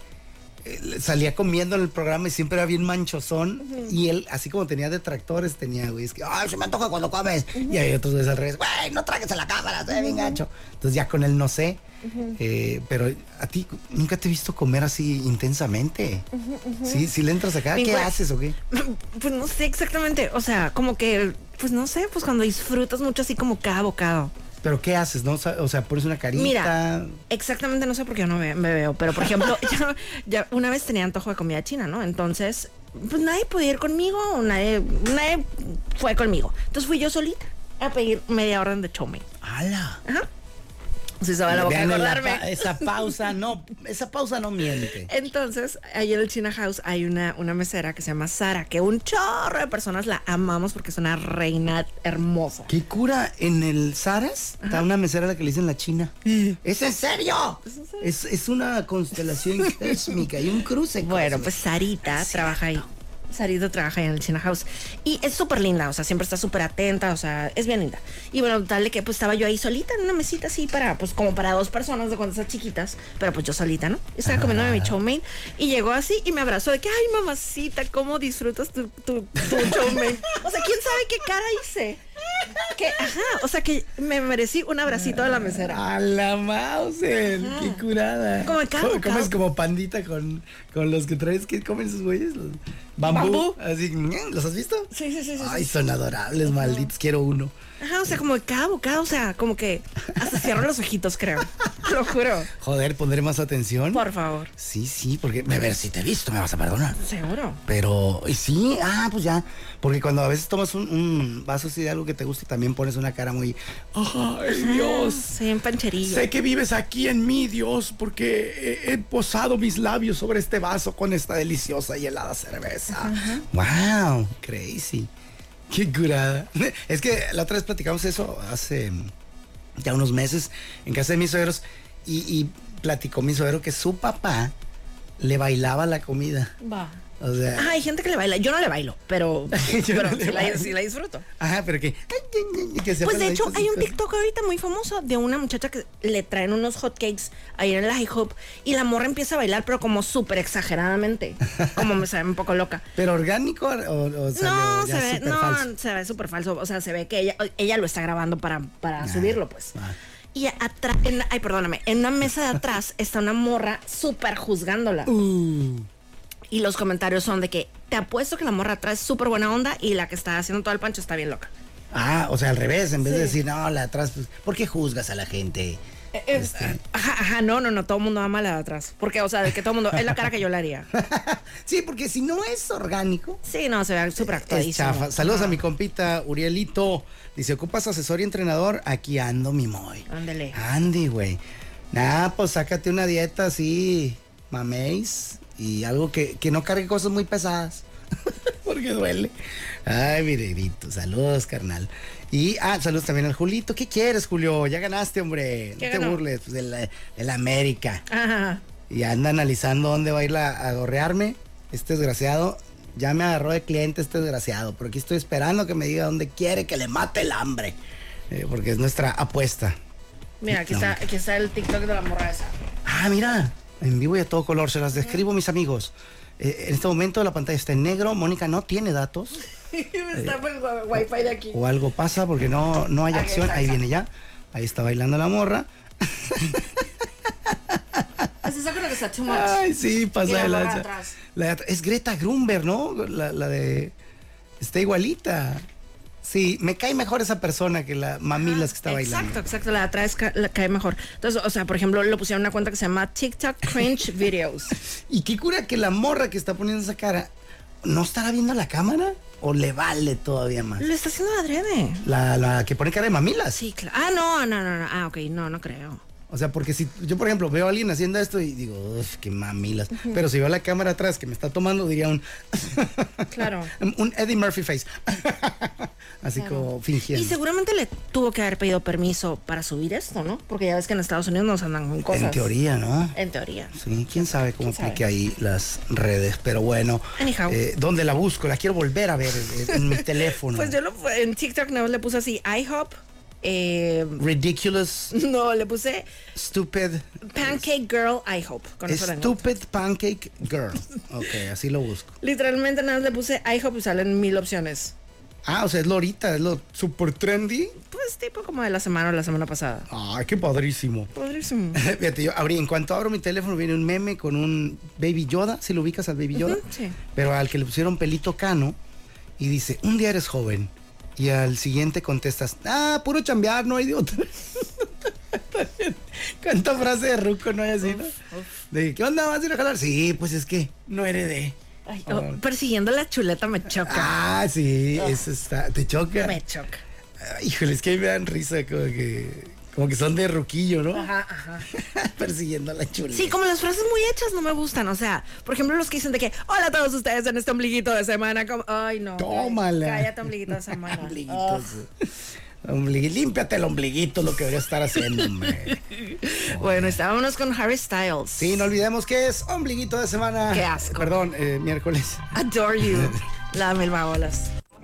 Speaker 5: eh, salía comiendo en el programa y siempre era bien manchosón. Y él, así como tenía detractores, tenía, güey, es que, ay, se me antoja cuando comes. Y hay otros güeyes al revés, güey, no tragues a la cámara, estoy bien gacho. Entonces ya con él no sé. Eh, pero a ti nunca te he visto comer así intensamente. Sí, si le entras acá,
Speaker 2: Mi
Speaker 5: ¿qué
Speaker 2: güey-
Speaker 5: haces o qué?
Speaker 2: Pues no sé exactamente. O sea, como que, pues no sé, pues cuando disfrutas mucho así como cada bocado.
Speaker 5: Pero ¿qué haces? No, O sea, o sea, pones una carita.
Speaker 2: Mira, exactamente no sé por qué yo no ve- me veo, pero por ejemplo, ya, ya una vez tenía antojo de comida china, ¿no? Entonces, pues nadie podía ir conmigo, nadie, nadie fue conmigo. Entonces fui yo solita a pedir media orden de chomen.
Speaker 5: ¡Hala!
Speaker 2: Si se va la boca a
Speaker 5: Vean la
Speaker 2: acordarme.
Speaker 5: pa- esa pausa no, esa pausa no miente.
Speaker 2: Entonces, ahí en el China House hay una, una mesera que se llama Sara, que un chorro de personas la amamos porque es una reina hermosa.
Speaker 5: ¿Qué cura en el Saras? Está una mesera a la que le dicen la China. ¿Es en serio? Es, es una constelación cósmica y un cruce.
Speaker 2: Bueno,
Speaker 5: cósmico.
Speaker 2: pues Sarita trabaja ahí. Sarita trabaja ahí en el China House. Y es súper linda, o sea, siempre está súper atenta, o sea, es bien linda. Y bueno, tal de que pues estaba yo ahí solita en una mesita así para, pues como para dos personas de cuando esas chiquitas, pero pues yo solita, ¿no? Y estaba comiéndome mi chow mein y llegó así y me abrazó de que, ay, mamacita, ¿cómo disfrutas tu, tu, tu chow mein?" O sea, ¿quién sabe qué cara hice? Que, ajá, o sea, que me merecí un abracito de la mesera.
Speaker 5: A la Mauser, qué curada.
Speaker 2: Como acá,
Speaker 5: ¿Cómo-
Speaker 2: acá.
Speaker 5: comes como pandita con, con los que traes que comen esos güeyes? Los-
Speaker 2: Bambú.
Speaker 5: Bambú. Así, mm, ¿los has visto?
Speaker 2: Sí, sí, sí, sí,
Speaker 5: Ay, son adorables, malditos, quiero uno.
Speaker 2: Ajá, o sea, como de cada bocado, o sea, como que hasta cierro los ojitos, creo. Lo juro.
Speaker 5: Joder, pondré más atención.
Speaker 2: Por favor.
Speaker 5: Sí, sí, porque a ver si te he visto, me vas a perdonar.
Speaker 2: Seguro.
Speaker 5: Pero, y sí, ah, pues ya. Porque cuando a veces tomas un, un vaso así de algo que te gusta, también pones una cara muy. ¡Ay, Dios!
Speaker 2: Soy Ah, en pancherilla.
Speaker 5: Sé que vives aquí en mí, Dios, porque he, he posado mis labios sobre este vaso con esta deliciosa y helada cerveza. ¡Wow! Crazy. ¡Qué curada! Es que la otra vez platicamos eso hace mm, ya unos meses en casa de mis suegros y, y platicó mi suegro que su papá le bailaba la comida.
Speaker 2: Va.
Speaker 5: O sea,
Speaker 2: Ah, hay gente que le baila. Yo no le bailo, pero,
Speaker 5: Yo
Speaker 2: pero
Speaker 5: no le
Speaker 2: sí, la,
Speaker 5: bailo.
Speaker 2: sí la disfruto.
Speaker 5: ajá, pero que, que se
Speaker 2: Pues de
Speaker 5: aprende
Speaker 2: hecho,
Speaker 5: estas
Speaker 2: hay un
Speaker 5: cosas.
Speaker 2: TikTok ahorita muy famoso de una muchacha que le traen unos hotcakes ahí en la hip hop y la morra empieza a bailar, pero como súper exageradamente. Como me sabe un poco loca.
Speaker 5: Pero orgánico o, o salió
Speaker 2: No, se
Speaker 5: ya
Speaker 2: ve,
Speaker 5: súper
Speaker 2: no,
Speaker 5: falso?
Speaker 2: se ve súper falso. O sea, se ve que ella, ella lo está grabando para, para subirlo, pues.
Speaker 5: ah.
Speaker 2: Y atrás, ay, perdóname, en una mesa de atrás está una morra súper juzgándola.
Speaker 5: Uh.
Speaker 2: Uh. Y los comentarios son de que te apuesto que la morra atrás es súper buena onda y la que está haciendo todo el pancho está bien loca.
Speaker 5: Ah, o sea, al revés, en vez de decir, no, la atrás, pues, ¿por qué juzgas a la gente?
Speaker 2: eh,
Speaker 5: Este,
Speaker 2: Ajá, ajá, no, no, no, todo el mundo ama la de atrás. Porque, o sea, de que todo el mundo, es la cara que yo le haría.
Speaker 5: sí, porque si no es orgánico,
Speaker 2: Sí, no, se ve súper
Speaker 5: es
Speaker 2: actuadísimo.
Speaker 5: chafa. Saludos a mi compita Urielito. Dice, ¿ocupas asesor y entrenador? Aquí ando, mi moy.
Speaker 2: Ah, Ándele.
Speaker 5: Andy, güey. Nah, pues sácate una dieta así, maméis, y algo que, que no cargue cosas muy pesadas. Porque duele. Ay, miregrito, saludos, carnal. Y, ah, saludos también al Julito. ¿Qué quieres, Julio? Ya ganaste, hombre. No
Speaker 2: ¿Qué
Speaker 5: te
Speaker 2: ganó?
Speaker 5: burles pues, de la, de la América.
Speaker 2: Ajá.
Speaker 5: Y anda analizando dónde va a ir la- a gorrearme. Este desgraciado ya me agarró de cliente, este desgraciado. Pero aquí estoy esperando que me diga dónde quiere que le mate el hambre. Eh, porque es nuestra apuesta.
Speaker 2: Mira, aquí
Speaker 5: No.
Speaker 2: está, aquí está el TikTok de la morra esa.
Speaker 5: Ah, mira, en vivo y a todo color, se las describo, mis amigos. Eh, en este momento la pantalla está en negro, Mónica no tiene datos, Eh.
Speaker 2: está por el wi- wifi de aquí.
Speaker 5: o algo pasa porque no, no hay
Speaker 2: Ahí
Speaker 5: acción,
Speaker 2: está,
Speaker 5: ahí
Speaker 2: está.
Speaker 5: viene ya, ahí está bailando la morra.
Speaker 2: Así saca lo que está too much.
Speaker 5: Ay, sí,
Speaker 2: Y
Speaker 5: pasa
Speaker 2: la
Speaker 5: de
Speaker 2: morra
Speaker 5: lanza.
Speaker 2: atrás.
Speaker 5: La de at- es Greta Grumber, ¿no? La, la de... Está igualita. Sí, me cae mejor esa persona que la mamilas que está
Speaker 2: Exacto,
Speaker 5: bailando.
Speaker 2: exacto, la de atrás ca- la cae mejor. Entonces, o sea, por ejemplo, lo pusieron en una cuenta que se llama TikTok Cringe Videos.
Speaker 5: Y qué cura que la morra que está poniendo esa cara, ¿no estará viendo la cámara? ¿O le vale todavía más?
Speaker 2: Lo está haciendo adrede.
Speaker 5: La, la que pone cara de mamilas.
Speaker 2: Sí, claro. Ah, no, no, no, no. Ah, ok, no, no creo.
Speaker 5: O sea, porque si yo, por ejemplo, veo a alguien haciendo esto y digo, uff, qué mamilas. Pero si veo la cámara atrás que me está tomando, diría un.
Speaker 2: Claro.
Speaker 5: un Eddie Murphy face. Así como fingiendo.
Speaker 2: Y seguramente le tuvo que haber pedido permiso para subir esto, ¿no? Porque ya ves que en Estados Unidos nos andan con cosas.
Speaker 5: En teoría, ¿no?
Speaker 2: En teoría.
Speaker 5: Sí, quién sabe cómo
Speaker 2: ¿Quién
Speaker 5: aplique ahí las redes. Pero bueno,
Speaker 2: Anyhow.
Speaker 5: eh, ¿dónde la busco? La quiero volver a ver eh, en mi teléfono.
Speaker 2: Pues yo lo, en TikTok nada más le puse así IHOP. Eh,
Speaker 5: Ridiculous,
Speaker 2: no, le puse
Speaker 5: stupid,
Speaker 2: Pancake Girl IHOP. Con eso la encontré.
Speaker 5: stupid pancake girl. Ok, así lo busco.
Speaker 2: Literalmente nada más le puse IHOP y salen mil opciones.
Speaker 5: Ah, o sea, es lo ahorita, es lo super trendy.
Speaker 2: Pues tipo como de la semana o la semana pasada.
Speaker 5: Ah, qué padrísimo.
Speaker 2: Padrísimo.
Speaker 5: Fíjate, yo abrí, en cuanto abro mi teléfono viene un meme con un Baby Yoda, si lo ubicas al Baby Yoda,
Speaker 2: Ujú, Mm, sí.
Speaker 5: pero al que le pusieron pelito cano y dice, un día eres joven y al siguiente contestas, ah, puro chambear, no idiota. ¿Cuánta frase de ruco no hay así, no? De, ¿qué onda, vas a ir a jalar? Sí, pues es que no heredé.
Speaker 2: Ay, oh, persiguiendo la chuleta me choca.
Speaker 5: Ah, sí, eso está, te choca.
Speaker 2: Me choca.
Speaker 5: Ah, Híjole, es que me dan risa como que... Como que son de ruquillo, ¿no?
Speaker 2: Ajá, ajá.
Speaker 5: Persiguiendo a la chuleta.
Speaker 2: Sí, como las frases muy hechas no me gustan. O sea, por ejemplo, los que dicen de que, hola a todos ustedes en este ombliguito de semana. como- Ay, no.
Speaker 5: Tómala.
Speaker 2: Cállate, ombliguito de semana. Ah.
Speaker 5: Ombliguitos. Ombligui- Límpiate el ombliguito, lo que debería estar haciendo, hombre.
Speaker 2: Oh. Bueno, estábamos con Harry Styles.
Speaker 5: Sí, no olvidemos que es ombliguito de semana.
Speaker 2: Qué asco.
Speaker 5: Perdón, eh, miércoles.
Speaker 2: Adore you. La Melba Olas.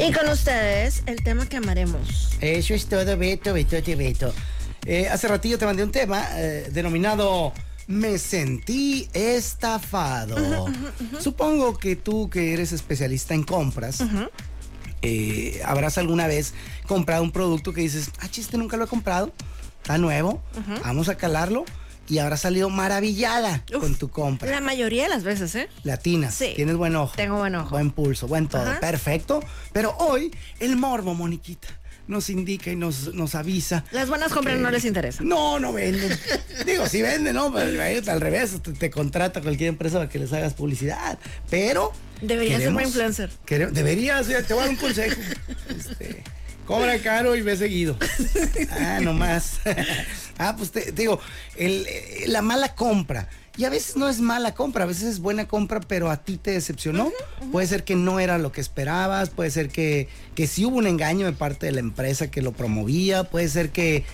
Speaker 2: Y con ustedes, el tema que amaremos.
Speaker 5: Eso es Eh, todo, Beto, Beto, te Beto. Eh, hace ratillo te mandé un tema eh, denominado Me sentí estafado. Supongo que tú, que eres especialista en compras, eh, habrás alguna vez comprado un producto que dices, ah, chiste, nunca lo he comprado, está nuevo, vamos a calarlo y habrás salido maravillada
Speaker 2: Uf,
Speaker 5: con tu compra.
Speaker 2: La mayoría de las veces, ¿eh?
Speaker 5: Latina.
Speaker 2: Sí.
Speaker 5: Tienes buen ojo.
Speaker 2: Tengo buen ojo.
Speaker 5: Buen pulso, buen todo.
Speaker 2: Ajá.
Speaker 5: Perfecto. Pero hoy, el morbo, Moniquita. nos indica y nos, nos avisa.
Speaker 2: Las buenas compras no les interesa.
Speaker 5: No, no venden. Digo, sí venden, ¿no? Pero ellos al revés, te, te contrata cualquier empresa para que les hagas publicidad. Pero.
Speaker 2: Deberías ser
Speaker 5: queremos-
Speaker 2: buen influencer.
Speaker 5: quere- deberías, mira, te voy a dar un consejo. Este, cobra caro y ve seguido. Ah, nomás. Ah, pues te, te digo, el- eh, la mala compra. Y a veces no es mala compra, a veces es buena compra, pero a ti te decepcionó. Puede ser que no era lo que esperabas, puede ser que, que sí hubo un engaño de parte de la empresa que lo promovía, puede ser que,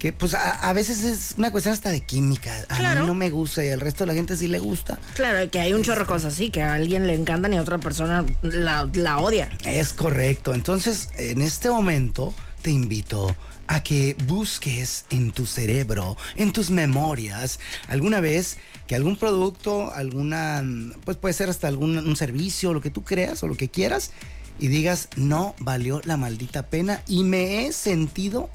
Speaker 5: que pues a, a veces es una cuestión hasta de química. A
Speaker 2: Claro.
Speaker 5: mí no me gusta y al resto de la gente sí le gusta.
Speaker 2: Claro, que hay un chorro de cosas así, que a alguien le encantan y a otra persona la, la odia.
Speaker 5: Es correcto. Entonces, en este momento te invito a que busques en tu cerebro, en tus memorias, alguna vez que algún producto, alguna, mm, pues puede ser hasta algún un servicio, lo que tú creas o lo que quieras, y digas, no valió la maldita pena y me he sentido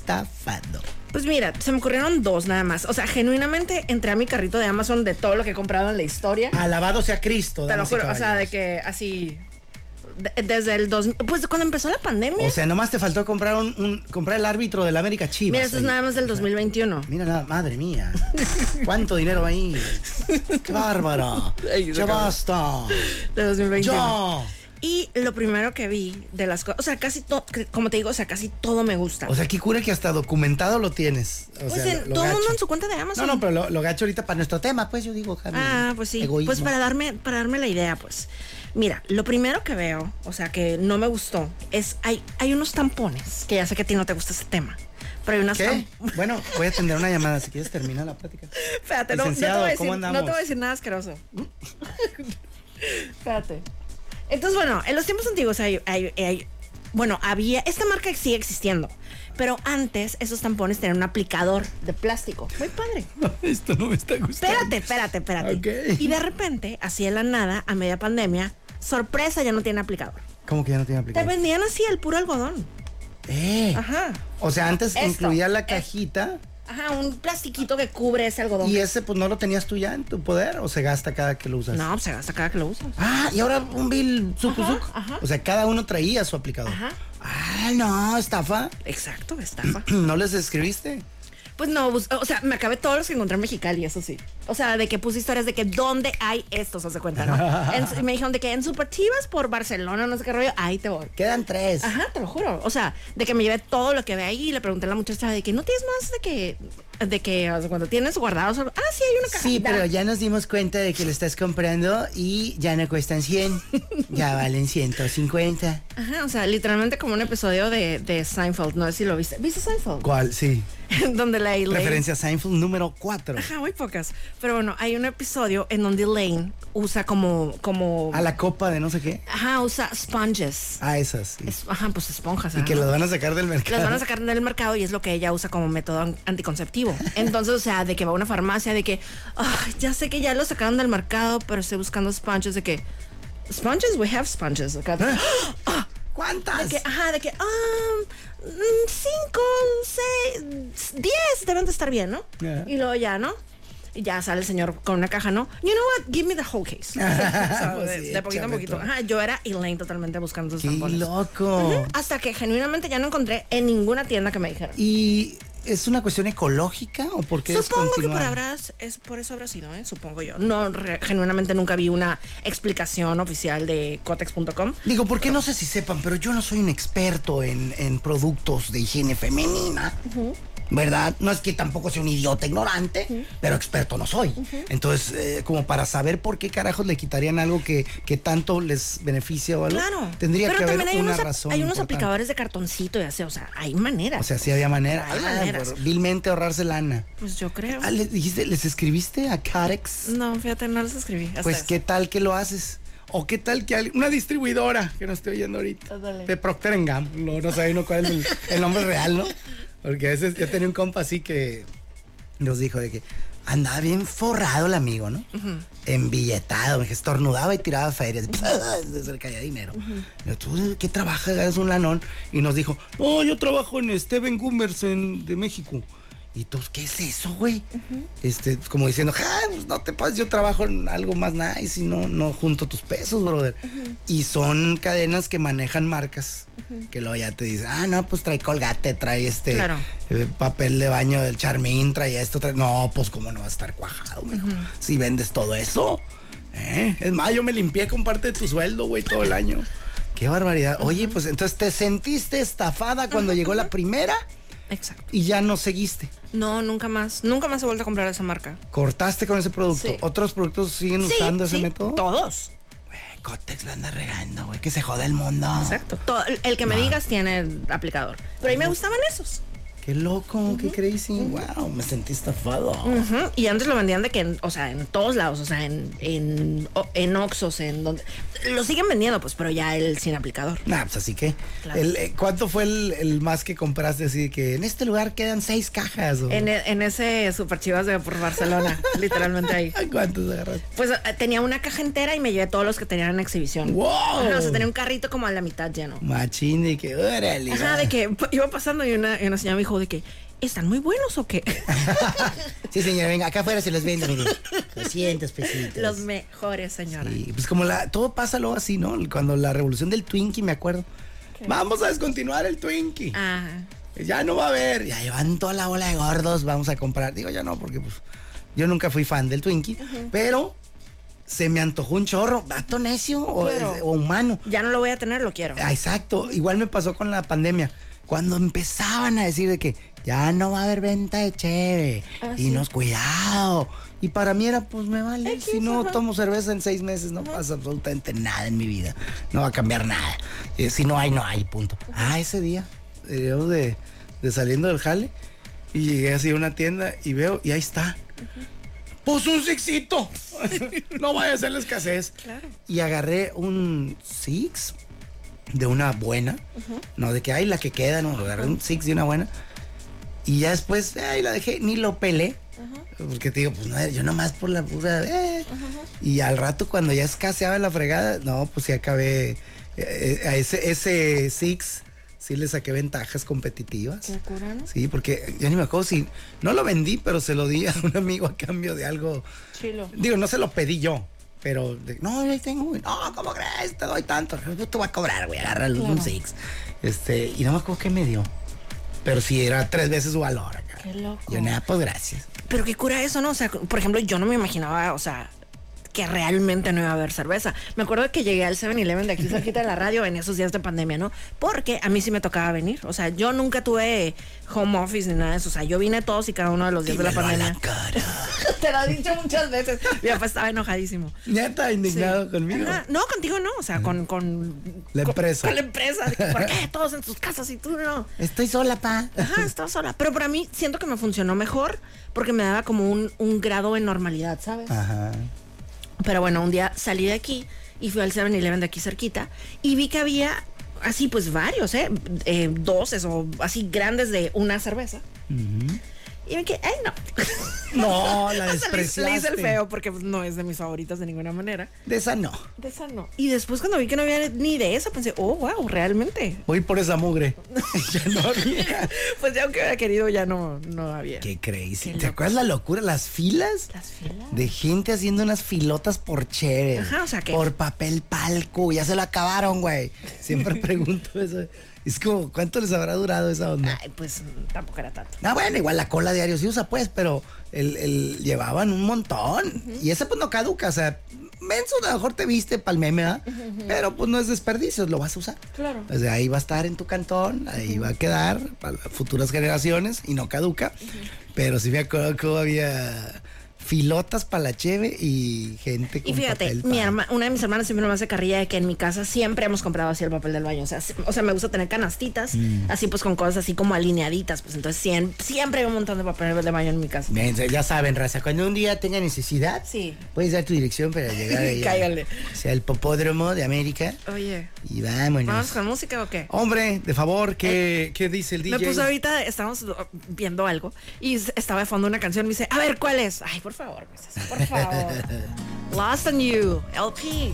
Speaker 5: estafado.
Speaker 2: Pues mira, se me ocurrieron dos nada más. O sea, genuinamente entré a mi carrito de Amazon de todo lo que he comprado en la historia.
Speaker 5: Alabado sea Cristo.
Speaker 2: Te lo
Speaker 5: Ah, damas y
Speaker 2: juro, o sea, de
Speaker 5: caballeros.
Speaker 2: que así. de- desde el 2000. Pues cuando empezó la pandemia.
Speaker 5: O sea, nomás te faltó comprar un, un- comprar el árbitro del América Chivas.
Speaker 2: mira, esto es
Speaker 5: oye.
Speaker 2: nada más del 2021.
Speaker 5: Mira, nada, madre mía. ¿Cuánto dinero ahí? ¡Qué bárbaro! ¡Ya basta!
Speaker 2: De 2021.
Speaker 5: ¡Yo!
Speaker 2: Y lo primero que vi de las cosas. O sea, casi todo. Como te digo, o sea, casi todo me gusta.
Speaker 5: O sea, qué cura que hasta documentado lo tienes. O
Speaker 2: Pues
Speaker 5: sea,
Speaker 2: en-
Speaker 5: lo- lo
Speaker 2: todo el
Speaker 5: gacho.
Speaker 2: mundo en su cuenta de Amazon.
Speaker 5: No, no, pero lo, lo gacho ahorita para nuestro tema, pues yo digo, Javi.
Speaker 2: Ah, pues sí.
Speaker 5: egoísmo.
Speaker 2: Pues para darme, para darme la idea, pues. Mira, lo primero que veo, o sea, que no me gustó, es hay, hay unos tampones, que ya sé que a ti no te gusta ese tema, pero hay unas
Speaker 5: ¿Qué?
Speaker 2: tampones.
Speaker 5: Bueno, voy a atender una llamada. Si quieres, termina la plática.
Speaker 2: Espérate, no, no te voy
Speaker 5: Licenciado,
Speaker 2: a decir,
Speaker 5: ¿cómo
Speaker 2: no te
Speaker 5: andamos?
Speaker 2: voy a decir nada asqueroso. Espérate. Entonces, bueno, en los tiempos antiguos hay, hay- hay- Bueno, había. Esta marca sigue existiendo. Pero antes, esos tampones tenían un aplicador de plástico. Muy padre.
Speaker 5: Esto no me está gustando.
Speaker 2: Espérate, espérate, espérate.
Speaker 5: Ok.
Speaker 2: Y de repente, así de la nada, a media pandemia, sorpresa, ya no tiene aplicador.
Speaker 5: ¿Cómo que ya no tiene
Speaker 2: Te
Speaker 5: aplicación?
Speaker 2: vendían así el puro algodón.
Speaker 5: ¡Eh!
Speaker 2: Ajá.
Speaker 5: O sea, antes
Speaker 2: Esto. eh.
Speaker 5: incluía la
Speaker 2: Es-
Speaker 5: cajita
Speaker 2: Ajá, un plastiquito que cubre ese algodón.
Speaker 5: y ese, pues no lo tenías tú ya en tu poder o se gasta cada que lo usas.
Speaker 2: No, pues se gasta cada que lo usas.
Speaker 5: Ah, y ahora un bill sucu
Speaker 2: Ajá,
Speaker 5: sucu.
Speaker 2: ajá.
Speaker 5: O sea, cada uno traía su aplicador.
Speaker 2: Ajá.
Speaker 5: Ah, no, estafa.
Speaker 2: Exacto, estafa.
Speaker 5: ¿No les escribiste?
Speaker 2: Pues no, bus- o sea, me acabé todos los que encontré en Mexicali, eso sí. O sea, de que puse historias de que dónde hay estos, haz de cuenta, ¿no? En- me dijeron de que en Supertivas por Barcelona, no sé qué rollo, ahí te voy.
Speaker 5: Quedan tres.
Speaker 2: Ajá, te lo juro. O sea, de que me llevé todo lo que ve ahí y le pregunté a la muchacha de que no tienes más de que, de que, haz de cuenta, tienes guardados. algo?". Ah, sí, hay una caja.
Speaker 5: Sí, pero ya nos dimos cuenta de que lo estás comprando y ya no cuestan 100. ya valen 150.
Speaker 2: Ajá, o sea, literalmente como un episodio de, de Seinfeld, no sé si lo viste. ¿Viste Seinfeld?
Speaker 5: ¿Cuál? Sí.
Speaker 2: Donde la Elaine-
Speaker 5: Referencia a Seinfeld número 4.
Speaker 2: Ajá, muy pocas. Pero bueno, hay un episodio en donde Elaine usa como, como...
Speaker 5: A la copa de no sé qué.
Speaker 2: Ajá, usa sponges.
Speaker 5: A esas. sí.
Speaker 2: Es- ajá, pues esponjas.
Speaker 5: Y
Speaker 2: ajá,
Speaker 5: que
Speaker 2: ¿no?
Speaker 5: las van a sacar del mercado.
Speaker 2: Las van a sacar del mercado y es lo que ella usa como método an- anticonceptivo. Entonces, o sea, de que va a una farmacia, de que, "Ay, ya sé que ya lo sacaron del mercado, pero estoy buscando sponges, de que, sponges, we have sponges. acá. Ah,
Speaker 5: ¿Cuántas?
Speaker 2: de que, ajá, de que, ah, mm, cinco, seis, diez, deben de estar bien, ¿no?
Speaker 5: Ajá.
Speaker 2: Y luego ya, ¿no? Y ya sale el señor con una caja, ¿no? You know what? Give me the whole case. O sea,
Speaker 5: Pues
Speaker 2: de,
Speaker 5: sí,
Speaker 2: de poquito a
Speaker 5: échame
Speaker 2: poquito.
Speaker 5: todo.
Speaker 2: Ajá, yo era Elaine totalmente buscando esos
Speaker 5: ¡Qué
Speaker 2: tampones.
Speaker 5: loco!
Speaker 2: Hasta que genuinamente ya no encontré en ninguna tienda que me dijeron.
Speaker 5: ¿Y es una cuestión ecológica o por qué
Speaker 2: Supongo que por
Speaker 5: descontinuaron?
Speaker 2: habrás, es por eso habrá sido, ¿eh? supongo yo. No, re- genuinamente nunca vi una explicación oficial de cotex.com.
Speaker 5: Digo, porque no sé si sepan, pero yo no soy un experto en, en productos de higiene femenina. ¿Verdad? No es que tampoco sea un idiota ignorante, pero experto no soy. Entonces, eh, como para saber por qué carajos le quitarían algo que, que tanto les beneficia o algo,
Speaker 2: Claro.
Speaker 5: tendría
Speaker 2: Pero
Speaker 5: que haber
Speaker 2: también hay
Speaker 5: una
Speaker 2: unos, ap-
Speaker 5: razón.
Speaker 2: hay unos
Speaker 5: importante.
Speaker 2: aplicadores de cartoncito y así, o sea, hay maneras.
Speaker 5: O sea, sí había manera.
Speaker 2: Hay
Speaker 5: Ah,
Speaker 2: maneras.
Speaker 5: por vilmente ahorrarse lana.
Speaker 2: pues yo creo.
Speaker 5: Ah, ¿les, dijiste, ¿Les escribiste a Carex?
Speaker 2: No, fíjate, no los escribí. hasta
Speaker 5: Pues
Speaker 2: eso.
Speaker 5: qué tal que lo haces. O qué tal que alguien- una distribuidora que no estoy oyendo ahorita.
Speaker 2: Ándale.
Speaker 5: De Procter Gamble. No, no sabe uno cuál es el, el nombre real, ¿no? Porque a veces yo tenía un compa así que nos dijo de que andaba bien forrado el amigo, ¿no? Embilletado, que estornudaba y tiraba ferias. De cerca había dinero. Yo, ¿Tú qué trabajas? Es un lanón. Y nos dijo, no, yo trabajo en Steven Gummers en- de México. ¿Y tú qué es eso, güey? Este, como diciendo, "Ja, pues no te pases, yo trabajo en algo más nice y no, no junto tus pesos, brother. Y son cadenas que manejan marcas, que luego ya te dicen, ah, no, pues trae colgate, trae este
Speaker 2: Claro.
Speaker 5: eh, papel de baño del Charmín, trae esto, trae... No, pues cómo no va a estar cuajado, güey. Si vendes todo eso. ¿eh? Es más, yo me limpié con parte de tu sueldo, güey, todo el año. Qué barbaridad. Oye, pues entonces te sentiste estafada cuando llegó la primera
Speaker 2: Exacto.
Speaker 5: y ya no seguiste.
Speaker 2: No, nunca más. Nunca más he vuelto a comprar esa marca.
Speaker 5: Cortaste con ese producto.
Speaker 2: Sí.
Speaker 5: ¿Otros productos siguen usando ese
Speaker 2: sí,
Speaker 5: método?
Speaker 2: Todos.
Speaker 5: Güey, Cotex la anda regando, güey. Que se joda el mundo.
Speaker 2: Exacto. Todo- el
Speaker 5: Ah.
Speaker 2: que me digas tiene el aplicador. Pero a mí me gustaban esos.
Speaker 5: Qué loco, qué crazy. Wow, me sentí estafado.
Speaker 2: Ujú, Y antes lo vendían de que, en- o sea, en todos lados, o sea, en, en, o- en Oxxos, en donde... Lo siguen vendiendo, pues, pero ya el sin aplicador.
Speaker 5: Nah, pues así que.
Speaker 2: Claro.
Speaker 5: el, eh, ¿Cuánto fue el, el más que compraste? Así que en este lugar quedan seis cajas. o-
Speaker 2: En, e- en ese Super Chivas de por Barcelona, literalmente ahí.
Speaker 5: Ay, ¿Cuántos agarraste?
Speaker 2: Pues eh, tenía una caja entera y me llevé todos los que tenían en exhibición.
Speaker 5: ¡Wow!
Speaker 2: Ajá, o sea, tenía un carrito como a la mitad lleno.
Speaker 5: Machín, y que órale.
Speaker 2: Ajá,
Speaker 5: va.
Speaker 2: de que p- iba pasando y una, y una señora me dijo de que, ¿están muy buenos o qué?
Speaker 5: Sí, señor, venga, acá afuera se los vendo, mire. 200 pesitos.
Speaker 2: los mejores, señora.
Speaker 5: Y pues como la, todo pasa luego así, ¿no? Cuando la revolución del Twinkie, me acuerdo. Vamos a descontinuar el
Speaker 2: Ah,
Speaker 5: Twinkie.
Speaker 2: Ajá.
Speaker 5: Ya no va a haber. Ya llevan toda la ola de gordos, vamos a comprar. Digo, ya no, porque pues yo nunca fui fan del Twinkie, pero se me antojó un chorro, vato necio o,
Speaker 2: Claro.
Speaker 5: o humano.
Speaker 2: Ya no lo voy a tener, lo quiero.
Speaker 5: Ah, exacto, igual me pasó con la pandemia. Cuando empezaban a decir de que ya no va a haber venta de cheve y nos cuidado. Y para mí era, pues me vale, si no tomo cerveza en seis meses, no pasa absolutamente nada en mi vida. No va a cambiar nada. Eh, si no hay, no hay, punto. Ah, ese día, eh, yo de, de saliendo del jale, y llegué así a una tienda y veo, y ahí está. Pues un sixito. no vaya a ser la escasez. Y agarré un six de una buena. No, de que hay la que queda, no, agarré un six de una buena. Y ya después, eh, ahí la dejé, ni lo pelé. Porque te digo, pues no, yo nomás por la pura. eh. Y al rato, cuando ya escaseaba la fregada, no, pues sí acabé. eh, eh, a ese, ese six, sí le saqué ventajas competitivas. Sí, porque yo ni me acuerdo si. No lo vendí, pero se lo di a un amigo a cambio de algo.
Speaker 2: Chilo.
Speaker 5: Digo, no se lo pedí yo. Pero, de- no, yo ahí tengo, güey. No, ¿cómo crees? Te doy tanto. Yo te voy a cobrar, güey. Agarra el un six. Este, y no me acuerdo qué me dio. Pero si era tres veces su valor. acá.
Speaker 2: Qué loco.
Speaker 5: Yo nada, pues gracias.
Speaker 2: Pero qué cura eso, ¿no? O sea, por ejemplo, yo no me imaginaba, o sea, que realmente no iba a haber cerveza. Me acuerdo que llegué al 7-Eleven de aquí cerquita de la radio en esos días de pandemia, ¿no? Porque a mí sí me tocaba venir. O sea, yo nunca tuve home office ni nada de eso. O sea, yo vine todos y cada uno de los días de la
Speaker 5: Dímelo a
Speaker 2: pandemia.
Speaker 5: la cara.
Speaker 2: Te lo he dicho muchas veces. Mi papá estaba enojadísimo.
Speaker 5: Neta,
Speaker 2: Sí.
Speaker 5: indignado conmigo.
Speaker 2: Ajá. No, contigo no. O sea, con, con
Speaker 5: La
Speaker 2: con-
Speaker 5: empresa.
Speaker 2: Con, la empresa. de que, ¿Por qué todos en sus casas y tú no?
Speaker 5: Estoy sola, pa.
Speaker 2: Ajá, estaba sola. Pero para mí siento que me funcionó mejor porque me daba como un, un grado en normalidad, ¿sabes?
Speaker 5: Ajá.
Speaker 2: Pero bueno, un día salí de aquí y fui al 7-Eleven de aquí cerquita y vi que había así pues varios, ¿eh? Eh, doses o así grandes de una cerveza. Y me quedé, ay no.
Speaker 5: No, Oh, la
Speaker 2: O sea, le- Le hice el
Speaker 5: despreciaste.
Speaker 2: feo porque pues, no es de mis favoritas de ninguna manera.
Speaker 5: De esa no.
Speaker 2: De esa no. Y después cuando vi que no había ni de esa, pensé, oh, wow, realmente.
Speaker 5: Voy por esa mugre. ya no había.
Speaker 2: Pues ya aunque hubiera querido, ya no, no había.
Speaker 5: Qué crazy.
Speaker 2: Qué
Speaker 5: ¿Te
Speaker 2: loco.
Speaker 5: acuerdas la locura? Las filas.
Speaker 2: Las filas.
Speaker 5: De gente haciendo unas filotas por chévere.
Speaker 2: Ajá, o sea, ¿qué?
Speaker 5: Por papel palco. Ya se lo acabaron, güey. Siempre pregunto eso. Es como, ¿cuánto les habrá durado esa onda?
Speaker 2: Ay, pues tampoco era tanto.
Speaker 5: Ah, bueno, igual la cola diario se usa, pues, pero el, el- llevaban un montón. Y esa, pues, no caduca. O sea, menso, a lo mejor te viste pa'l meme, ¿verdad? Pero, pues, no es desperdicio, lo vas a usar.
Speaker 2: Claro.
Speaker 5: O sea, ahí va a estar en tu cantón, ahí va a quedar para las futuras generaciones y no caduca. Pero sí me acuerdo que había filotas para la cheve y gente con
Speaker 2: Y fíjate,
Speaker 5: papel
Speaker 2: mi
Speaker 5: pa-
Speaker 2: herma- una de mis hermanas siempre me hace carrilla de que en mi casa siempre hemos comprado así el papel del baño. O sea, si- o sea me gusta tener canastitas, así pues con cosas así como alineaditas. Pues entonces siem- siempre hay un montón de papel del baño en mi casa.
Speaker 5: Ven, Ya saben, raza, cuando un día tenga necesidad,
Speaker 2: Sí.
Speaker 5: puedes dar tu dirección para llegar allá.
Speaker 2: Cáigale.
Speaker 5: O sea, el popódromo de América.
Speaker 2: Oye,
Speaker 5: Y vámonos.
Speaker 2: ¿vamos con música o qué?
Speaker 5: Hombre, de favor, ¿qué, qué dice el DJ?
Speaker 2: Me puso ahorita, estábamos uh, viendo algo y s- estaba de fondo una canción. Me dice, a ver, ¿cuál es? Ay, por favor, pues, por favor. Lost on You, LP.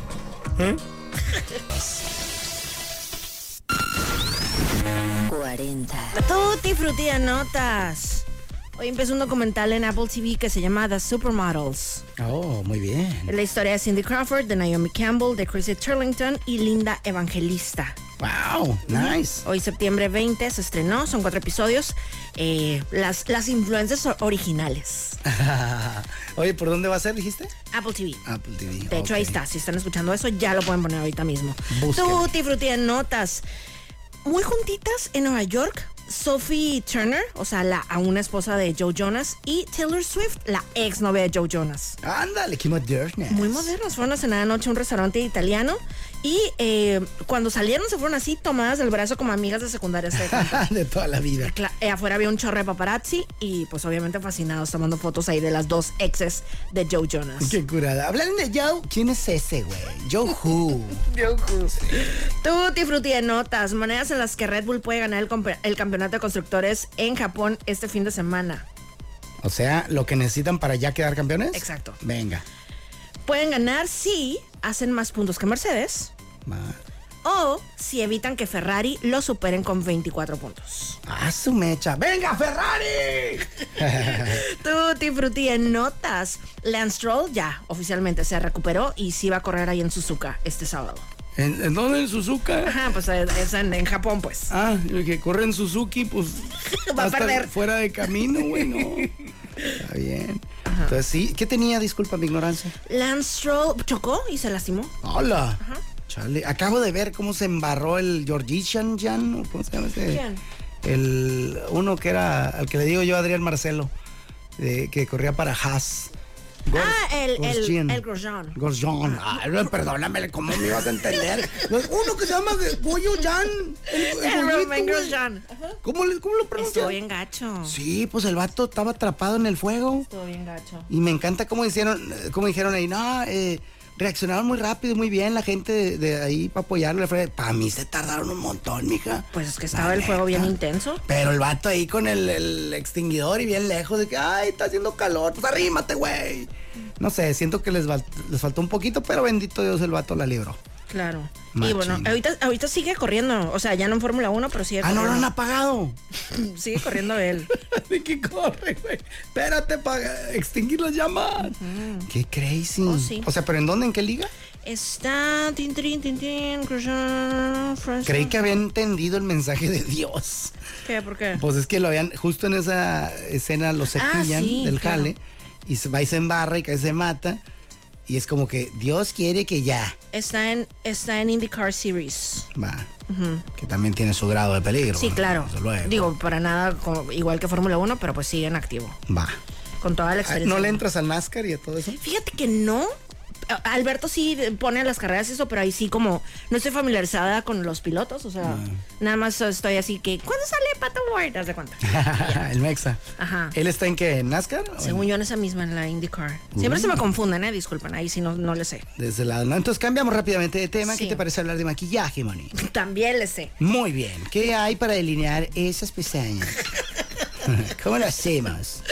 Speaker 2: Tutti frutti de notas. Hoy empezó un documental en Apple TV que se llama The Supermodels.
Speaker 5: Oh, muy bien.
Speaker 2: Es la historia de Cindy Crawford, de Naomi Campbell, de Chrissy Turlington y Linda Evangelista.
Speaker 5: Wow, nice.
Speaker 2: Hoy septiembre 20 se estrenó, son cuatro episodios. eh, las, las influencers or- originales.
Speaker 5: Oye, ¿por dónde va a ser, dijiste? Ah,
Speaker 2: Apple
Speaker 5: pues,
Speaker 2: TV.
Speaker 5: Apple TV.
Speaker 2: De hecho, ahí está. Si están escuchando eso, ya lo pueden poner ahorita mismo.
Speaker 5: Búsquenlo.
Speaker 2: Tutti Frutti en notas. Muy juntitas en Nueva York, Sophie Turner, o sea, la aún esposa de Joe Jonas, y Taylor Swift, la ex novia de Joe Jonas.
Speaker 5: Ándale, qué moderna.
Speaker 2: Muy modernos. Fueron a cenar anoche a un restaurante italiano y eh, cuando salieron se fueron así tomadas del brazo como amigas de secundaria. se dejan.
Speaker 5: de toda la vida.
Speaker 2: Cla- eh, afuera había un chorro de paparazzi y pues obviamente fascinados tomando fotos ahí de las dos exes de Joe Jonas.
Speaker 5: Qué curada. Hablan de Joe. ¿Quién es ese, güey? Joe Who.
Speaker 2: Tutti frutti de notas, maneras en las que Red Bull puede ganar el, compe- el campeonato de constructores en Japón este fin de semana.
Speaker 5: O sea, lo que necesitan para ya quedar campeones.
Speaker 2: Exacto.
Speaker 5: Venga.
Speaker 2: Pueden ganar si hacen más puntos que Mercedes
Speaker 5: Va.
Speaker 2: o si evitan que Ferrari lo superen con 24 puntos.
Speaker 5: A su mecha. ¡Venga, Ferrari!
Speaker 2: Tutti frutti de notas, Lance Stroll ya oficialmente se recuperó y sí va a correr ahí en Suzuka este sábado.
Speaker 5: ¿En, en dónde? ¿En Suzuka?
Speaker 2: Ajá, pues eh, es en, en Japón pues.
Speaker 5: Ah, el que corre en Suzuki, pues.
Speaker 2: Va a
Speaker 5: estar
Speaker 2: perder.
Speaker 5: Fuera de camino, güey, no. Está bien. Entonces, sí. ¿Qué tenía? Disculpa mi ignorancia.
Speaker 2: Lance Stroll chocó y se lastimó.
Speaker 5: Hola. Chale, acabo de ver cómo se embarró el Georgician Jan, ¿o ¿cómo se llama ese?
Speaker 2: ¿Quién?
Speaker 5: El uno que era, al que le digo yo, Adrián Marcelo, de- que corría para Haas. Gor-
Speaker 2: Ah, el- el-
Speaker 5: Gorgian.
Speaker 2: el Gorgian.
Speaker 5: Gorgian.
Speaker 2: Ah.
Speaker 5: Ay, no, perdóname, ¿cómo me ibas a entender? Uno que se llama Goyo Jan. El,
Speaker 2: El
Speaker 5: gordito,
Speaker 2: Romain
Speaker 5: güey.
Speaker 2: Grosjean.
Speaker 5: ¿Cómo, le- ¿Cómo lo pronuncias?
Speaker 2: Estuvo bien gacho.
Speaker 5: Sí, pues el vato estaba atrapado en el fuego.
Speaker 2: Estuvo bien gacho.
Speaker 5: Y me encanta cómo hicieron, cómo dijeron ahí, no, eh, reaccionaron muy rápido, muy bien la gente de, de ahí para apoyarlo. Para mí se tardaron un montón, mija.
Speaker 2: Pues es que
Speaker 5: La
Speaker 2: estaba el fuego bien
Speaker 5: neta.
Speaker 2: intenso.
Speaker 5: Pero el vato ahí con el, el extinguidor y bien lejos de que, ay, está haciendo calor, pues arrímate, güey. No sé, siento que les, val- les faltó un poquito, pero bendito Dios el vato la libró.
Speaker 2: Claro. Y
Speaker 5: Machín.
Speaker 2: bueno, ahorita, ahorita sigue corriendo. O sea, ya no en Fórmula 1, pero sigue
Speaker 5: Ah, no
Speaker 2: corriendo. Mm,
Speaker 5: lo han apagado.
Speaker 2: Sigue corriendo él.
Speaker 5: ¿De qué corre, güey? Espérate para extinguir las llamas. Qué crazy.
Speaker 2: Oh, sí.
Speaker 5: O sea, ¿pero en dónde? ¿En qué liga?
Speaker 2: Está. Tin, tin, tin, tin, Grosjean, Fresno.
Speaker 5: Creí que había entendido el mensaje de Dios.
Speaker 2: ¿Qué? ¿Por qué?
Speaker 5: Pues es que lo habían, justo en esa escena lo cepillan
Speaker 2: Ah, sí,
Speaker 5: del
Speaker 2: claro.
Speaker 5: jale y se va y se embarra y cae se mata. Y es como que Dios quiere que ya
Speaker 2: Está en, está en IndyCar Series.
Speaker 5: va. Que también tiene su grado de peligro.
Speaker 2: Sí,
Speaker 5: ¿no?
Speaker 2: claro.
Speaker 5: Desde luego.
Speaker 2: Digo, para nada como- igual que Fórmula 1, pero pues sigue en activo.
Speaker 5: Va.
Speaker 2: Con toda la
Speaker 5: Ah,
Speaker 2: experiencia.
Speaker 5: ¿No le entras al NASCAR y a todo eso?
Speaker 2: Fíjate que no. A- Alberto sí pone las carreras y eso, pero ahí sí como no estoy familiarizada con los pilotos, o sea,
Speaker 5: Ah.
Speaker 2: nada más estoy así que ¿cuándo sale Pato Ward? Haz de cuenta.
Speaker 5: Ah, el Mexa.
Speaker 2: Ajá.
Speaker 5: ¿Él está en qué? ¿En NASCAR? ¿O en-
Speaker 2: Según yo en esa misma en la IndyCar. Siempre
Speaker 5: Mm.
Speaker 2: se me confunden, eh, disculpen, ahí sí no, no le sé.
Speaker 5: Desde la... no, Entonces cambiamos rápidamente de tema.
Speaker 2: Sí.
Speaker 5: ¿Qué te parece hablar de maquillaje, Moni?
Speaker 2: También le sé.
Speaker 5: Muy bien. ¿Qué hay para delinear esas pestañas? ¿Cómo lo hacemos?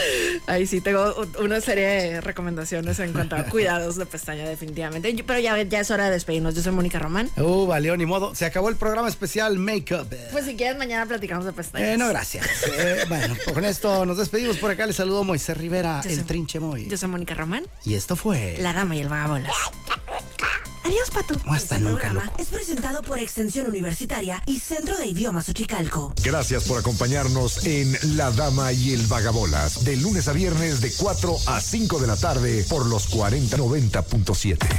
Speaker 2: Ahí sí tengo u- una serie de recomendaciones en cuanto a cuidados de pestaña definitivamente. Yo- Pero ya, ya es hora de despedirnos. Yo soy Mónica Román.
Speaker 5: Uh, valió ni modo. Se acabó el programa especial Makeup.
Speaker 2: Pues si quieres mañana platicamos de pestañas.
Speaker 5: Eh, no, gracias. Eh, bueno, con esto nos despedimos por acá. Les saludo Moisés Rivera,
Speaker 2: Yo
Speaker 5: el
Speaker 2: soy-
Speaker 5: Trinche Moy.
Speaker 2: Yo soy Mónica Román,
Speaker 5: Y esto fue...
Speaker 2: la dama y el vagabolas. Adiós, Pato.
Speaker 5: Hasta nunca, loco.
Speaker 4: Es presentado por Extensión Universitaria y Centro de Idiomas Ochicalco.
Speaker 1: Gracias por acompañarnos en La Dama y el Vagabolas, de lunes a viernes de 4 a 5 de la tarde por los 4090.7.